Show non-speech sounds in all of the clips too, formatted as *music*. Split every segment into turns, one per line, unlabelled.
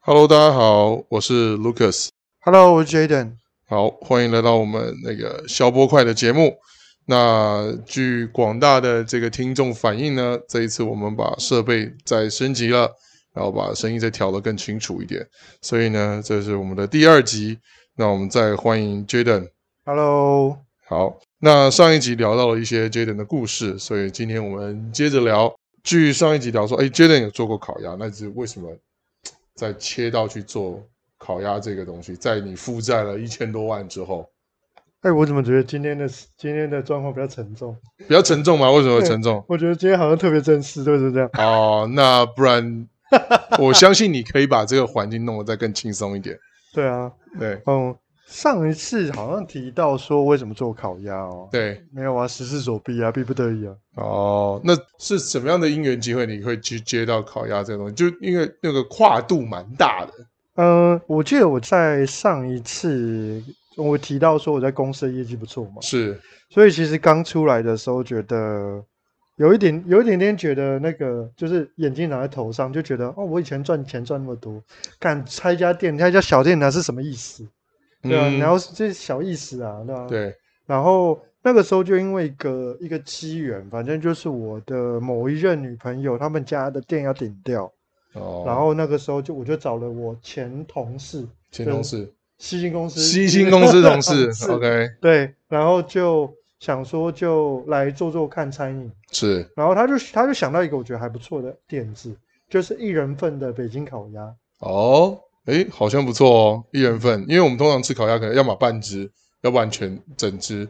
Hello，大家好，我是 Lucas。
Hello，我是 Jaden。
好，欢迎来到我们那个消波快的节目。那据广大的这个听众反映呢，这一次我们把设备再升级了，然后把声音再调得更清楚一点。所以呢，这是我们的第二集。那我们再欢迎 Jaden。
Hello，
好，那上一集聊到了一些 Jaden 的故事，所以今天我们接着聊。据上一集聊说，哎，Jaden 有做过烤鸭，那是为什么再切到去做烤鸭这个东西？在你负债了一千多万之后，
哎、我怎么觉得今天的今天的状况比较沉重？
比较沉重吗？为什么会沉重？
我觉得今天好像特别正式，对不对？这样
哦，那不
*laughs*
然我相信你可以把这个环境弄得再更轻松一点。
对啊，
对
嗯，上一次好像提到说为什么做烤鸭哦，
对，
没有啊，时势所逼啊，逼不得已啊。
哦，那是什么样的因缘机会你会去接到烤鸭这个东西？就因为那个跨度蛮大的。
嗯，我记得我在上一次我提到说我在公司的业绩不错嘛，
是，
所以其实刚出来的时候觉得。有一点，有一点点觉得那个，就是眼睛拿在头上，就觉得哦，我以前赚钱赚那么多，干开一家店，开一家小店，那是什么意思？对啊，
嗯
然后这是小意思啊，对吧、，
对，
然后那个时候就因为一个一个机缘，反正就是我的某一任女朋友他们家的店要顶掉，
哦，
然后那个时候就我就找了我前同事，
前同事，
西星公司，
西星公司同事
*laughs* 是
，OK，
对，然后就想说就来做做看餐饮，
是，
然后他就他就想到一个我觉得还不错的点子，就是一人份的北京烤鸭，
哦，诶，好像不错哦，一人份，因为我们通常吃烤鸭可能要么半只，要不然全整只。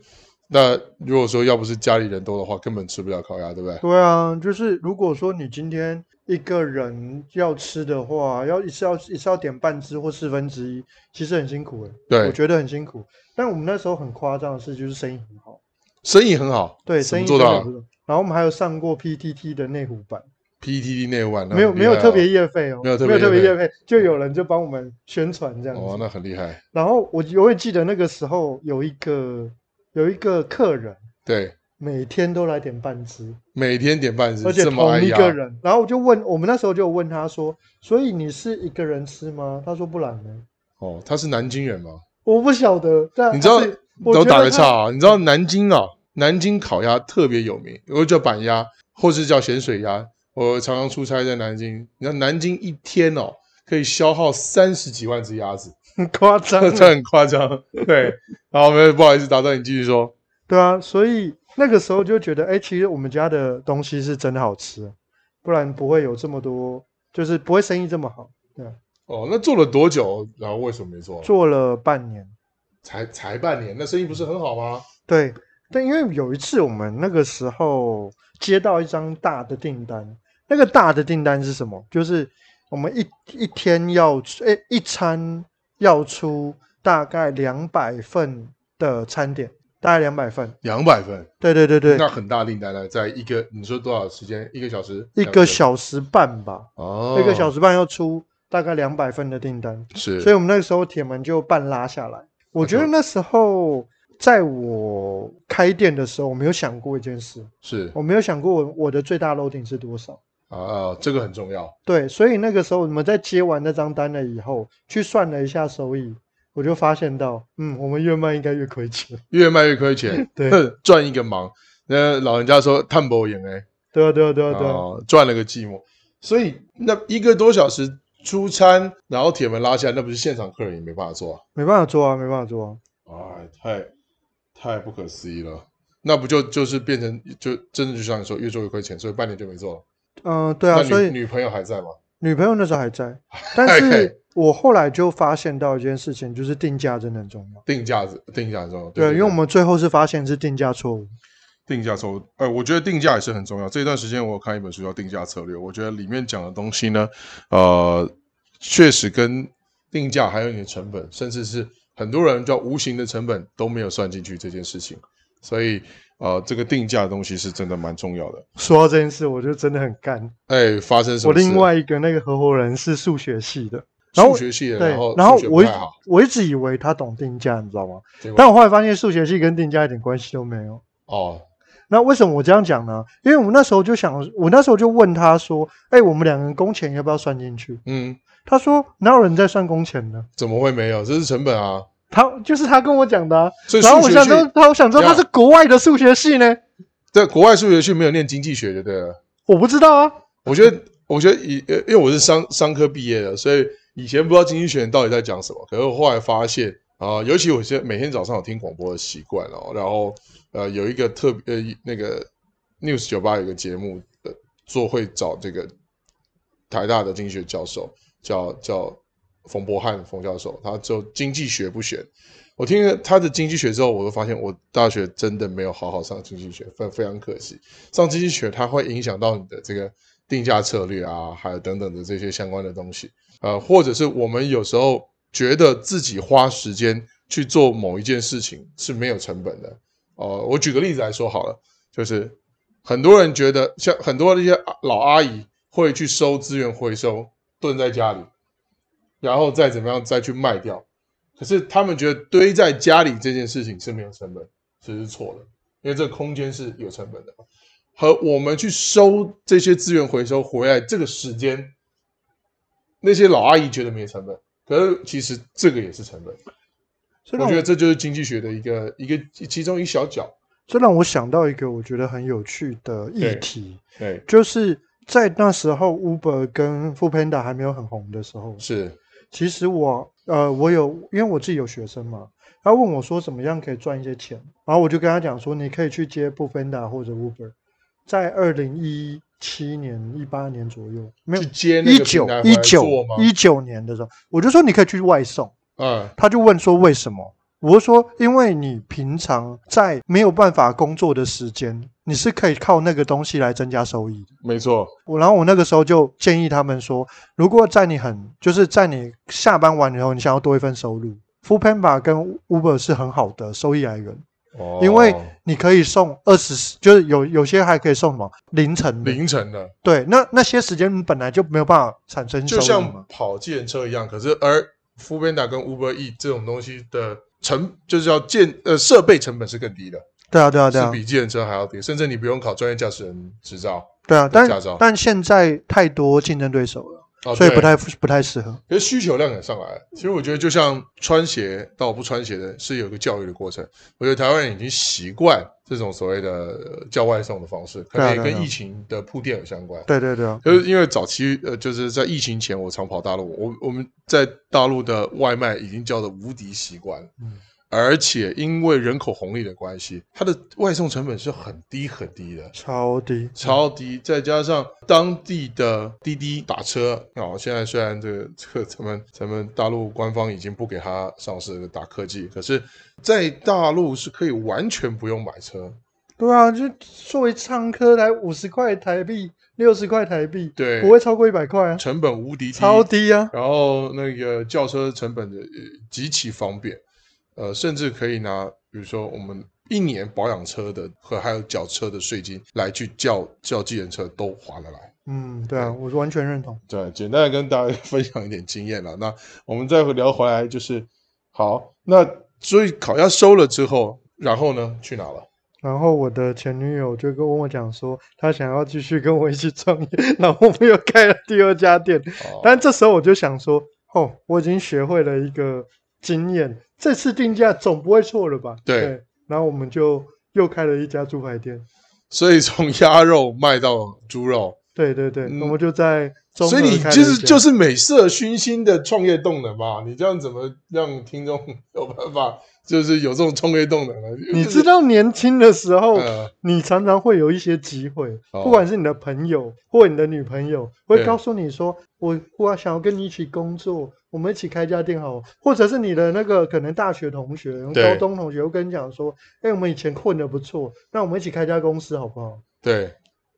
那如果说要不是家里人多的话，根本吃不了烤鸭，对不对？
对啊，就是如果说你今天一个人要吃的话，要一次要一次要点半只或四分之一，其实很辛苦诶，我
对，
觉得很辛苦。但我们那时候很夸张的事就是生意很好，
生意很好，
对，
怎
生
么
意
做
真
到
的
了
不错。然后我们还有上过 PTT 的内湖版，
？PTT E 那晚那
没有
很
没
厉害
有特别
哦
业费哦，
没有特
没有
别
特别
业
业费，就有人就帮我们宣传这样
哦，
子。
那很厉害。
然后我永远记得那个时候有一个有一个客人
对，
每天都来点半只，
每天点半只，
而且
这么哎哦
同
爱
一
鸭，
个人。然后我就问，我们那时候就问他说：“所以你是一个人吃吗？”他说：“不然呢
哦，他是南京人吗？？”
我不晓得，但
你知道
他是，我
都
觉得
打个岔
他
啊！你知道南京啊，南京烤鸭特别有名，有个叫板鸭，或是叫咸水鸭。我常常出差在南京，你知道南京一天哦，可以消耗三十几万只鸭子，
很夸张
*laughs* 这。这很夸张。对，然后没有不好意思打断你，继续说。
对啊，所以那个时候就觉得，哎，其实我们家的东西是真的好吃，啊不然不会有这么多，就是不会生意这么好。
哦，那做了多久？然后为什么没做？
做了半年，
才才半年，那生意不是很好吗？
对，但因为有一次我们那个时候接到一张大的订单，那个大的订单是什么？就是我们一一天要出，哎，一餐要出大概两百份的餐点，大概两百份。
两百分，
对对对对
那，很大订单了，在一个你说多少时间？一个小时？
一
两个
个小时半吧，
哦，
一个小
时
时半要出大概两百份的订单，
是，
所以我们那个时候铁门就半拉下来。我觉得那时候，在我开店的时候，我没有想过一件事，
是
我没有想过我我的最大 loading 是多少。
啊，这个很重要。
对，所以那个时候我们在接完那张单了以后，去算了一下收益，我就发现到，嗯，我们越卖应该越亏钱。 *laughs*
越卖越亏钱，
对
哼， *laughs* 赚一个忙。那老人家说探博眼哎，
对啊，对啊，对啊，对啊，
哦，赚了个寂寞。所以那一个多小时出餐，然后铁门拉下来，那不是现场客人也没办法做啊！
没办法做啊，没办法做啊。
哎，太太不可思议了。那不就就是变成就真的就像你说，越做越亏钱，所以半年就没做了。
嗯，对啊，
那
所
女
以
女朋友还在吗？
女朋友那时候
*laughs*
还在，但是我后来就发现到一件事情，就是定价真的很重要。
定价子定价中，
对，因为我们最后是发现是定价错误。
定价抽，呃，我觉得定价也是很重要。这段时间我有看一本书叫《定价策略》，我觉得里面讲的东西呢，呃，确实跟定价还有你的成本，甚至是很多人叫无形的成本都没有算进去这件事情。所以，呃，这个定价的东西是真的蛮重要的。
说到这件事，我就真的很干。
哎，发生什
我
么事？
另外一个那个合伙人是数学系的，然后
数学系的，
对
然后，
然后
数学不
我一
太好，
我一直以为他懂定价，你知道吗？
结果
但我后来发现数学系跟定价一点关系都没有。
哦，
那为什么我这样讲呢？因为我那时候就想，我那时候就问他说：“哎、我们两个人工钱要不要算进去
嗯，？”
他说哪有人在算工钱呢？
怎么会没有？这是成本啊！
他就是他跟我讲的、啊。
所以
然后
数
我
学
想
系啊
说，他我想说他是国外的数学系呢，
在国外数学系没有念经济学，就对了。
我不知道啊。
我觉得，我觉得以呃，因为我是商商科毕业的，所以以前不知道经济学到底在讲什么。可是我后来发现啊、尤其我现在每天早上有听广播的习惯哦，然后呃，有一个特别呃那个 News 酒吧有个节目，呃，做会找这个台大的经济学教授，叫叫冯博翰冯教授，他就经济学不选。我听了他的经济学之后，我就发现我大学真的没有好好上经济学，非非常可惜。上经济学它会影响到你的这个定价策略啊，还有等等的这些相关的东西。呃，或者是我们有时候觉得自己花时间去做某一件事情是没有成本的。呃，我举个例子来说好了，就是很多人觉得，像很多那些老阿姨会去收资源回收，蹲在家里，然后再怎么样再去卖掉。可是他们觉得堆在家里这件事情是没有成本，其实是错的，因为这个空间是有成本的。和我们去收这些资源回收回来这个时间，那些老阿姨觉得没成本，可是其实这个也是成本。
这
我
让
觉得
我
这就是经济学的一个一个其中一小角。
这让我想到一个我觉得很有趣的议
对
题，
对，
就是在那时候 Uber 跟 f o o Panda 还没有很红的时候，
是
其实我呃，我有，因为我自己有学生嘛，他问我说怎么样可以赚一些钱，然后我就跟他讲说，你可以去接布芬达或者 Uber，在二零一七年、一八年左右，没有
去接那
一
个
九
平台回
一
来做
九
吗？
一九年的时候，我就说你可以去外送，
嗯，
他就问说为什么？我就说，因为你平常在没有办法工作的时间，你是可以靠那个东西来增加收益的。
没错，
我然后我那个时候就建议他们说，如果在你很就是在你下班完以后，你想要多一份收入 f o o p a n d a 跟 Uber 是很好的收益来源，
哦
因为你可以送二十，就是有有些还可以送什么凌晨的，
凌晨的，
对，那那些时间你本来就没有办法产生收
就
入嘛
像，跑计程车一样，可是而 f o o p a n d a 跟 Uber E 这种东西的成就是要建呃设备成本是更低的，
对啊对啊对
是
啊
比计程车还要低，甚至你不用考专业驾驶人执照。
对啊，
驾照
但但现在太多竞争对手了，
哦，
所以
对
不太不太适合，
可是需求量也上来了。其实我觉得，就像穿鞋到不穿鞋的，是有一个教育的过程。我觉得台湾人已经习惯这种所谓的呃叫外送的方式，可
对啊
能也
对啊
跟
对啊
疫情的铺垫有相关。
对对对啊，
就是因为早期呃，就是在疫情前，我常跑大陆，我我们在大陆的外卖已经叫做无敌习惯了，
嗯
而且因为人口红利的关系，它的外送成本是很低很低的。
超低，
超低，再加上当地的滴滴打车哦，现在虽然这个这个咱们咱们大陆官方已经不给它上市打科技，可是，在大陆是可以完全不用买车，
对啊，就作为唱歌来五十块台币，六十块台币，
对
不会超过一百块啊，
成本无敌低，
超低啊，
然后那个轿车成本的呃极其方便，呃，甚至可以拿，比如说我们一年保养车的和还有缴车的税金来去叫叫计程车都划得来。
嗯，对啊，
对
我完全认同。
对，简单的跟大家 *laughs* 分享一点经验了。那我们再聊回来，就是好，那所以烤鸭收了之后，然后呢去哪了？
然后我的前女友就跟我讲说，她想要继续跟我一起创业，然后我们又开了第二家店。
*laughs* 哦
但这时候我就想说，哦，我已经学会了一个经验，这次定价总不会错了吧？
对
然后我们就又开了一家猪排店。
所以从鸭肉卖到猪肉，
对对对，
嗯
我们就在中
所以
和
你
开了
就
一
是
家
就是美色熏心的创业动能嘛？你这样怎么让听众 *laughs* 有办法，就是有这种创业动能呢？
你
就是
知道年轻的时候，
呃
你常常会有一些机会，
哦
不管是你的朋友或你的女朋友，会
对
告诉你说：“我我想要跟你一起工作，我们一起开家店好了。”或者是你的那个可能大学同学、
对
高中同学会跟你讲说：“哎、我们以前混的不错，那我们一起开家公司好不好
对？”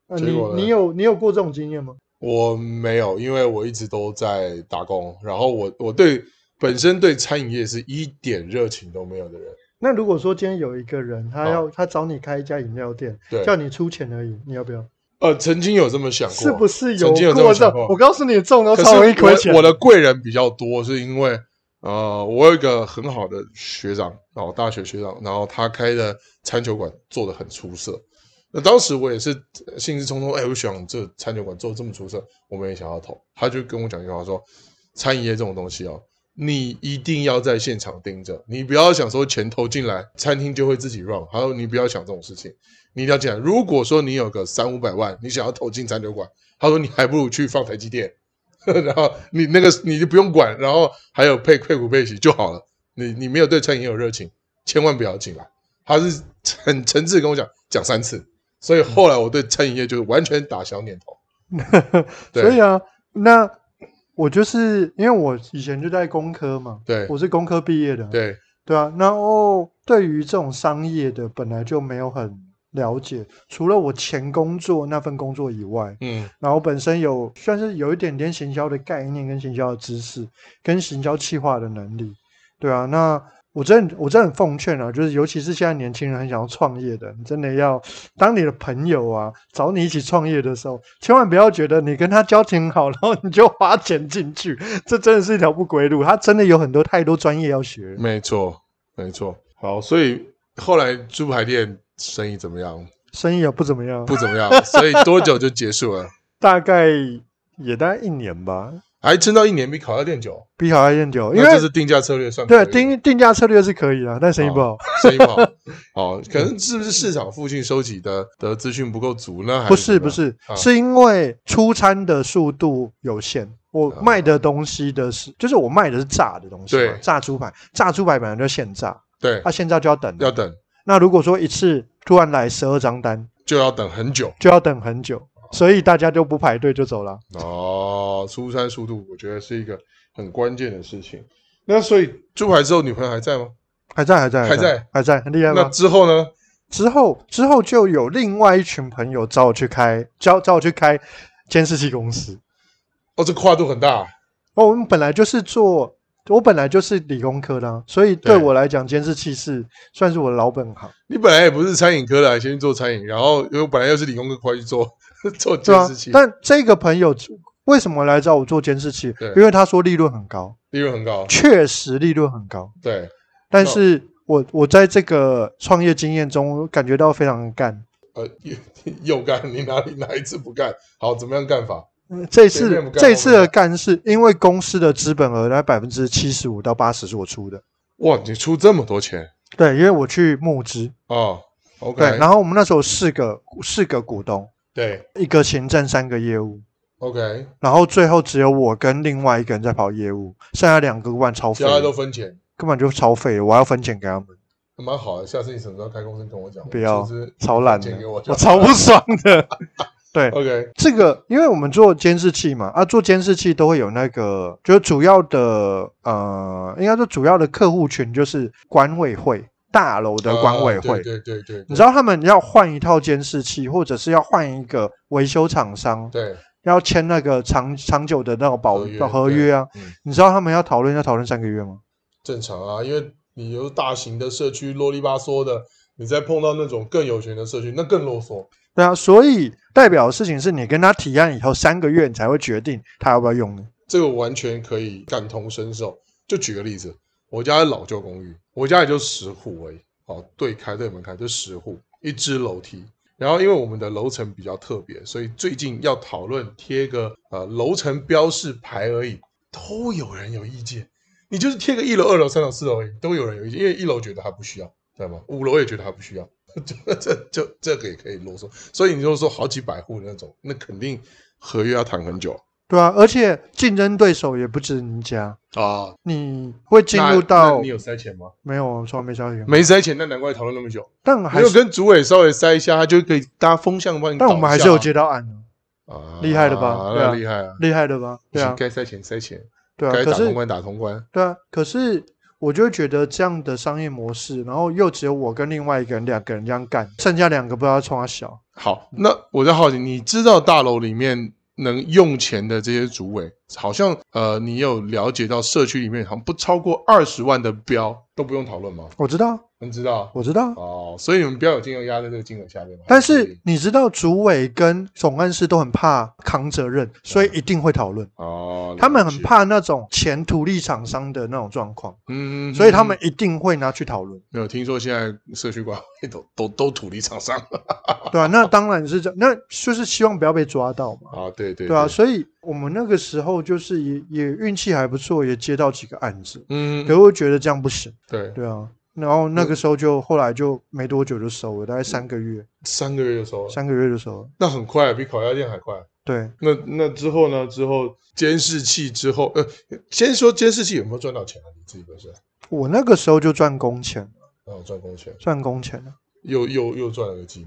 啊，
结
你
果呢
你有你有过这种经验吗？
我没有，因为我一直都在打工，然后我我对本身对餐饮业是一点热情都没有的人。
那如果说今天有一个人，他
哦
要、他找你开一家饮料店，
对，
叫你出钱而已，你要不要？
呃，曾经有这么想过，
是不是
曾经有这
过
么
这
想过？
我告诉你，这种都
可
超容易
是
亏钱。
我我的贵人比较多，是因为呃，我有一个很好的学长，哦，大学学长，然后他开的餐酒馆做的很出色。那当时我也是呃兴致冲冲，哎，我想这餐酒馆做的这么出色，我们也想要投。他就跟我讲一句话说：“餐饮业这种东西哦，你一定要在现场盯着，你不要想说钱投进来，餐厅就会自己 run，还有你不要想这种事情，你一定要进来。如果说你有个三五百万，你想要投进餐酒馆，他说你还不如去放台积电， *laughs* 然后你那个你就不用管，然后还有配配股配息就好了。你你没有对餐饮有热情，千万不要进来。他是很诚挚地跟我讲讲三次，所以后来我对餐饮业就完全打消念头。对
所以啊，那我就是因为我以前就在工科嘛，
对
我是工科毕业的，
对
对啊，然后对于这种商业的本来就没有很了解，除了我前工作那份工作以外，
嗯
然后本身有算是有一点点行销的概念跟行销的知识，跟行销企划的能力，对啊，那。我真的我真的很奉劝啊，就是尤其是现在年轻人很想要创业的，你真的要当你的朋友啊，找你一起创业的时候，千万不要觉得你跟他交情好，然后你就花钱进去，这真的是一条不归路。他真的有很多太多专业要学了。
没错，没错。好，所以后来猪排店生意怎么样？
生意啊也不怎么样，
不怎么样，所以多久就结束了？
大概也大概一年吧，
还撑到一年比烤鸭店久，
比烤鸭店久，因
那
为
这是定价策略算
对
可以
定定价策略是可以啊，但生意不好，
生意
*laughs*
不好，好，可能是不是市场附近收集的的资讯不够足呢？还
不
怎
是
么
不
样，
是，
啊
是因为出餐的速度有限。我
啊
卖的东西的是，就是我卖的是炸的东西嘛
对，
炸猪排，炸猪排本来就现炸，
对
啊，，现炸就要等。
要等
那如果说一次突然来十二张单，
就要等很久
就要等很久，所以大家就不排队就走了。
哦。出餐速度，我觉得是一个很关键的事情。那所以出牌之后，女朋友还在吗？
还在还在
还在
在还在，很厉害
那
吧？
之后呢？
之后之后就有另外一群朋友找我去开，找找我去开监视器公司。
哦，这跨度很大，
哦，我们本来就是做，我本来就是理工科的、啊，所以对
对
我来讲，监视器是算是我的老本行，
你本来也不是餐饮科的，先去做餐饮，然后又本来又是理工科，快去做 *laughs* 做
对
监
啊
视器，，
但这个朋友为什么来找我做监视器
对？
因为他说利润很高，
利润很高。
确实利润很高，
对， *laughs* 哦
但是我我在这个创业经验中感觉到非常的干。
呃，又又干，你哪里哪一次不干？好，怎么样干法？
嗯这
随便
次
不干
这
我
次
不
的
干
干是因为公司的资本额大概百分之七十五到八十是我出的，
哇，你出这么多钱
对，因为我去募资，
哦 OK，
对，然后我们那时候有四个四个股东，
对
一个行政，三个业务，
，OK，
然后最后只有我跟另外一个人在跑业务，剩下两个万超
其
废，
他都分钱，
根本就超废了，我还要分钱给他们，
蛮好的。下次你什么时候开公司跟我讲，
不要
我出资
超烂
分
的
钱给我，就
我
好
超不爽
*laughs*
的。对，
OK，
这个因为我们做监视器嘛，啊，做监视器都会有那个，就是主要的呃，应该说主要的客户群就是管委会大楼的管委
啊
会。
对对对对，
你知道他们要换一套监视器，或者是要换一个维修厂商，
对
要签那个长长久的那个保
合约
合约啊？，
对嗯
你知道他们要讨论要讨论三个月吗？
正常啊，因为你有大型的社区啰里吧嗦的，你再碰到那种更有钱的社区，那更啰嗦。
对啊，所以代表的事情是你跟他提案以后三个月，你才会决定他要不要用你。
这个我完全可以感同身受。就举个例子，我家是老旧公寓，我家也就十户而已，哦，对开对门开就十户，一只楼梯。然后因为我们的楼层比较特别，所以最近要讨论贴个呃楼层标示牌而已，都有人有意见。你就是贴个一楼、二楼、三楼、四楼而已，都有人有意见，因为一楼觉得他不需要，知道吗？五楼也觉得他不需要， *laughs* 这这这这个也可以啰嗦。所以你就说好几百户那种，那肯定合约要谈很久
对啊，而且竞争对手也不止你家，
啊。
你会进
那
入
那
到
你有塞钱吗？
没有，我从来没交易过。
没塞钱，那难怪讨论那么久。
但
没
还
有
是，
跟主委稍微塞一下，他就可以搭风向帮你导一
但
下。
我们还是有接到案的，
啊，
厉害了吧对啊
那厉害啊！
厉害的吧？对
行
啊，
该塞钱塞钱，
对啊。
该
可
打
是
通，关打通关。
对啊，可是我就觉得这样的商业模式，然后又只有我跟另外一个人两个人这样干，剩下两个不知道冲他小。
好，那我在好奇，你知道大楼里面能用钱的这些主委，好像呃，你有了解到社区里面好像不超过二十万的标都不用讨论吗？
我知道，
能知道
我知道，
哦，所以你们标有金额压在这个金额下面吗？
但是你知道，主委跟总干事都很怕扛责任，
嗯
所以一定会讨论。
哦，
他们很
了解，
怕那种前土地厂商的那种状况，
嗯，
所以他们一定会拿去讨论，
没有听说现在社区管委都都都土地厂商嗯
对啊，那当然是这样，那就是希望不要被抓到嘛，
啊，对对
对啊，所以我们那个时候就是也也运气还不错，也接到几个案子，
嗯
可，是我觉得这样不行，
对，
对啊。然后那个时候就后来就没多久就收了，大概三个月，
三个月就收了，
三个月就收了。
那很快，啊比烤鸭店还快。
对，
那那之后呢？之后监视器之后，呃，先说监视器有没有赚到钱啊？你自己本身，
我那个时候就赚工钱，
然后赚工钱，
赚工钱了。
又又又赚了个寂寞。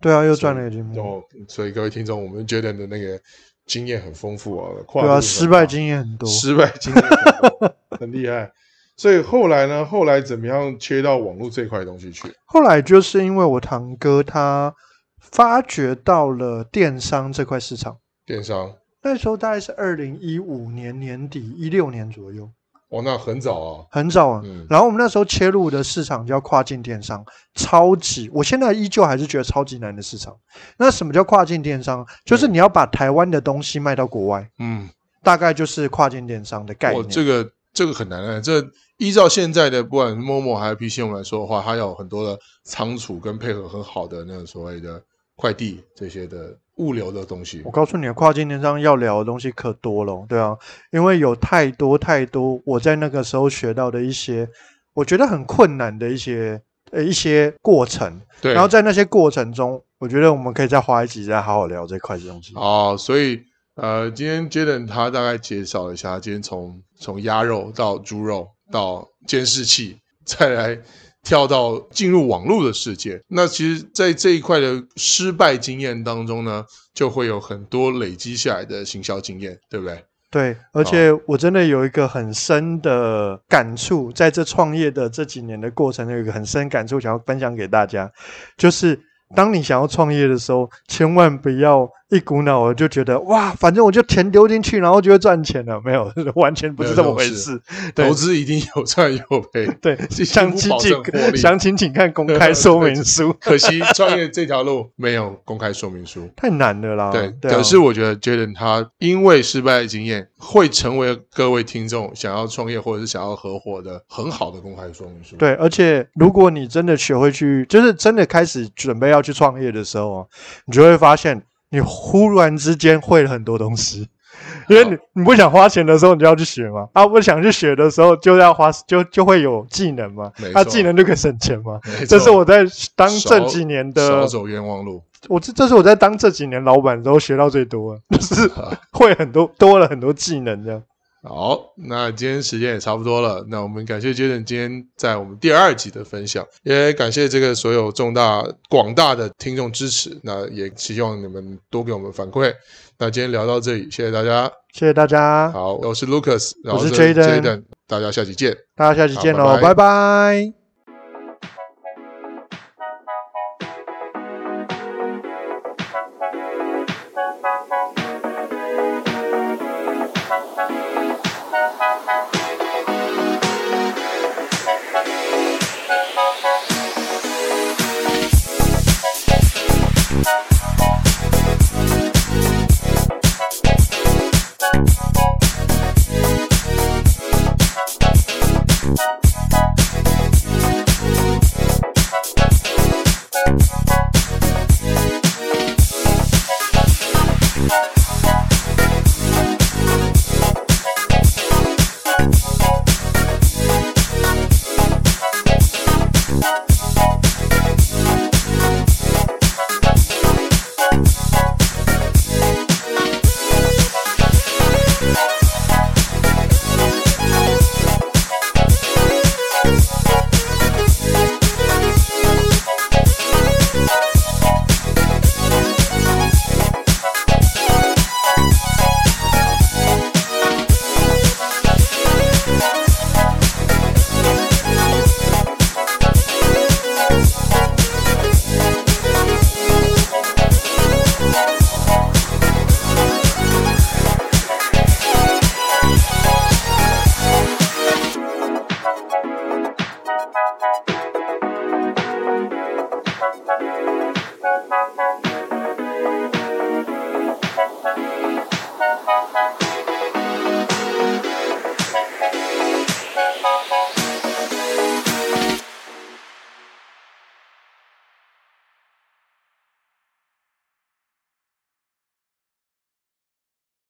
对啊，又赚了一笔
然后，所以各位听众，我们 Jaden 的那个经验很丰富啊，跨
对
度
啊，
很
失败
大
经验很多。
失败经验很
*laughs*
多很厉害。所以后来呢？后来怎么样切到网络这块东西去？
后来就是因为我堂哥他发掘到了电商这块市场，
电商
那时候大概是二零一五年年底一六年左右，
哦，那很早啊，
很早啊。
嗯
然后我们那时候切入的市场叫跨境电商，超级，我现在依旧还是觉得超级难的市场。那什么叫跨境电商？就是你要把台湾的东西卖到国外，
嗯，
大概就是跨境电商的概
我
念。
这个这个很难啊。这依照现在的不管是 Momo 还是 PCM 来说的话，它有很多的仓储跟配合很好的那个所谓的快递这些的物流的东西
我。告诉你，跨境电商要聊的东西可多了，对啊，因为有太多太多我在那个时候学到的一些，我觉得很困难的一些呃一些过程，
对，
然后在那些过程中，我觉得我们可以再花一集再好好聊这块东西。
哦，所以呃，今天 Jaden 他大概介绍了一下，他今天从从鸭肉到猪肉到监视器，再来跳到进入网络的世界。那其实，在这一块的失败经验当中呢，就会有很多累积下来的行销经验，对不对？
对，而且我真的有一个很深的感触，在这创业的这几年的过程，有一个很深的感触想要分享给大家，就是当你想要创业的时候，千万不要一股脑的就觉得哇，反正我就钱丢进去，然后就会赚钱了，没有， *laughs* 完全不是这么回事。对
投资一定有赚有赔，
对，
这
详
不
情
保证获
请
利，
详情请看公开说明书 *laughs*
可惜创业这条路没有公开说明书。
太难了啦。
对，
啊
可是我觉得 Jaden 他因为失败的经验，会成为各位听众想要创业或者是想要合伙的很好的公开说明书。，
对，而且如果你真的学会去，就是真的开始准备要去创业的时候啊，你就会发现你忽然之间会了很多东西，因为你你不想花钱的时候，你就要去学嘛，啊，不想去学的时候就要花，就就会有技能嘛
没，
啊，
错
技能就可以省钱嘛。
*laughs* 没错
这是我在当
少
这几年
少
的，
走冤枉路。
我这这是我在当这几年老板之后学到最多的，就是会很多多了很多技能这样。
好，那今天时间也差不多了，那我们感谢 Jaden 今天在我们第二集的分享，也感谢这个所有重大广大的听众支持，那也希望你们多给我们反馈。那今天聊到这里，谢谢大家。
谢谢大家，
好，我是 Lucas，然后
我是
这里
Jaden
Jaden，大家下期见。
大家下期见
好
喽，
拜拜
拜拜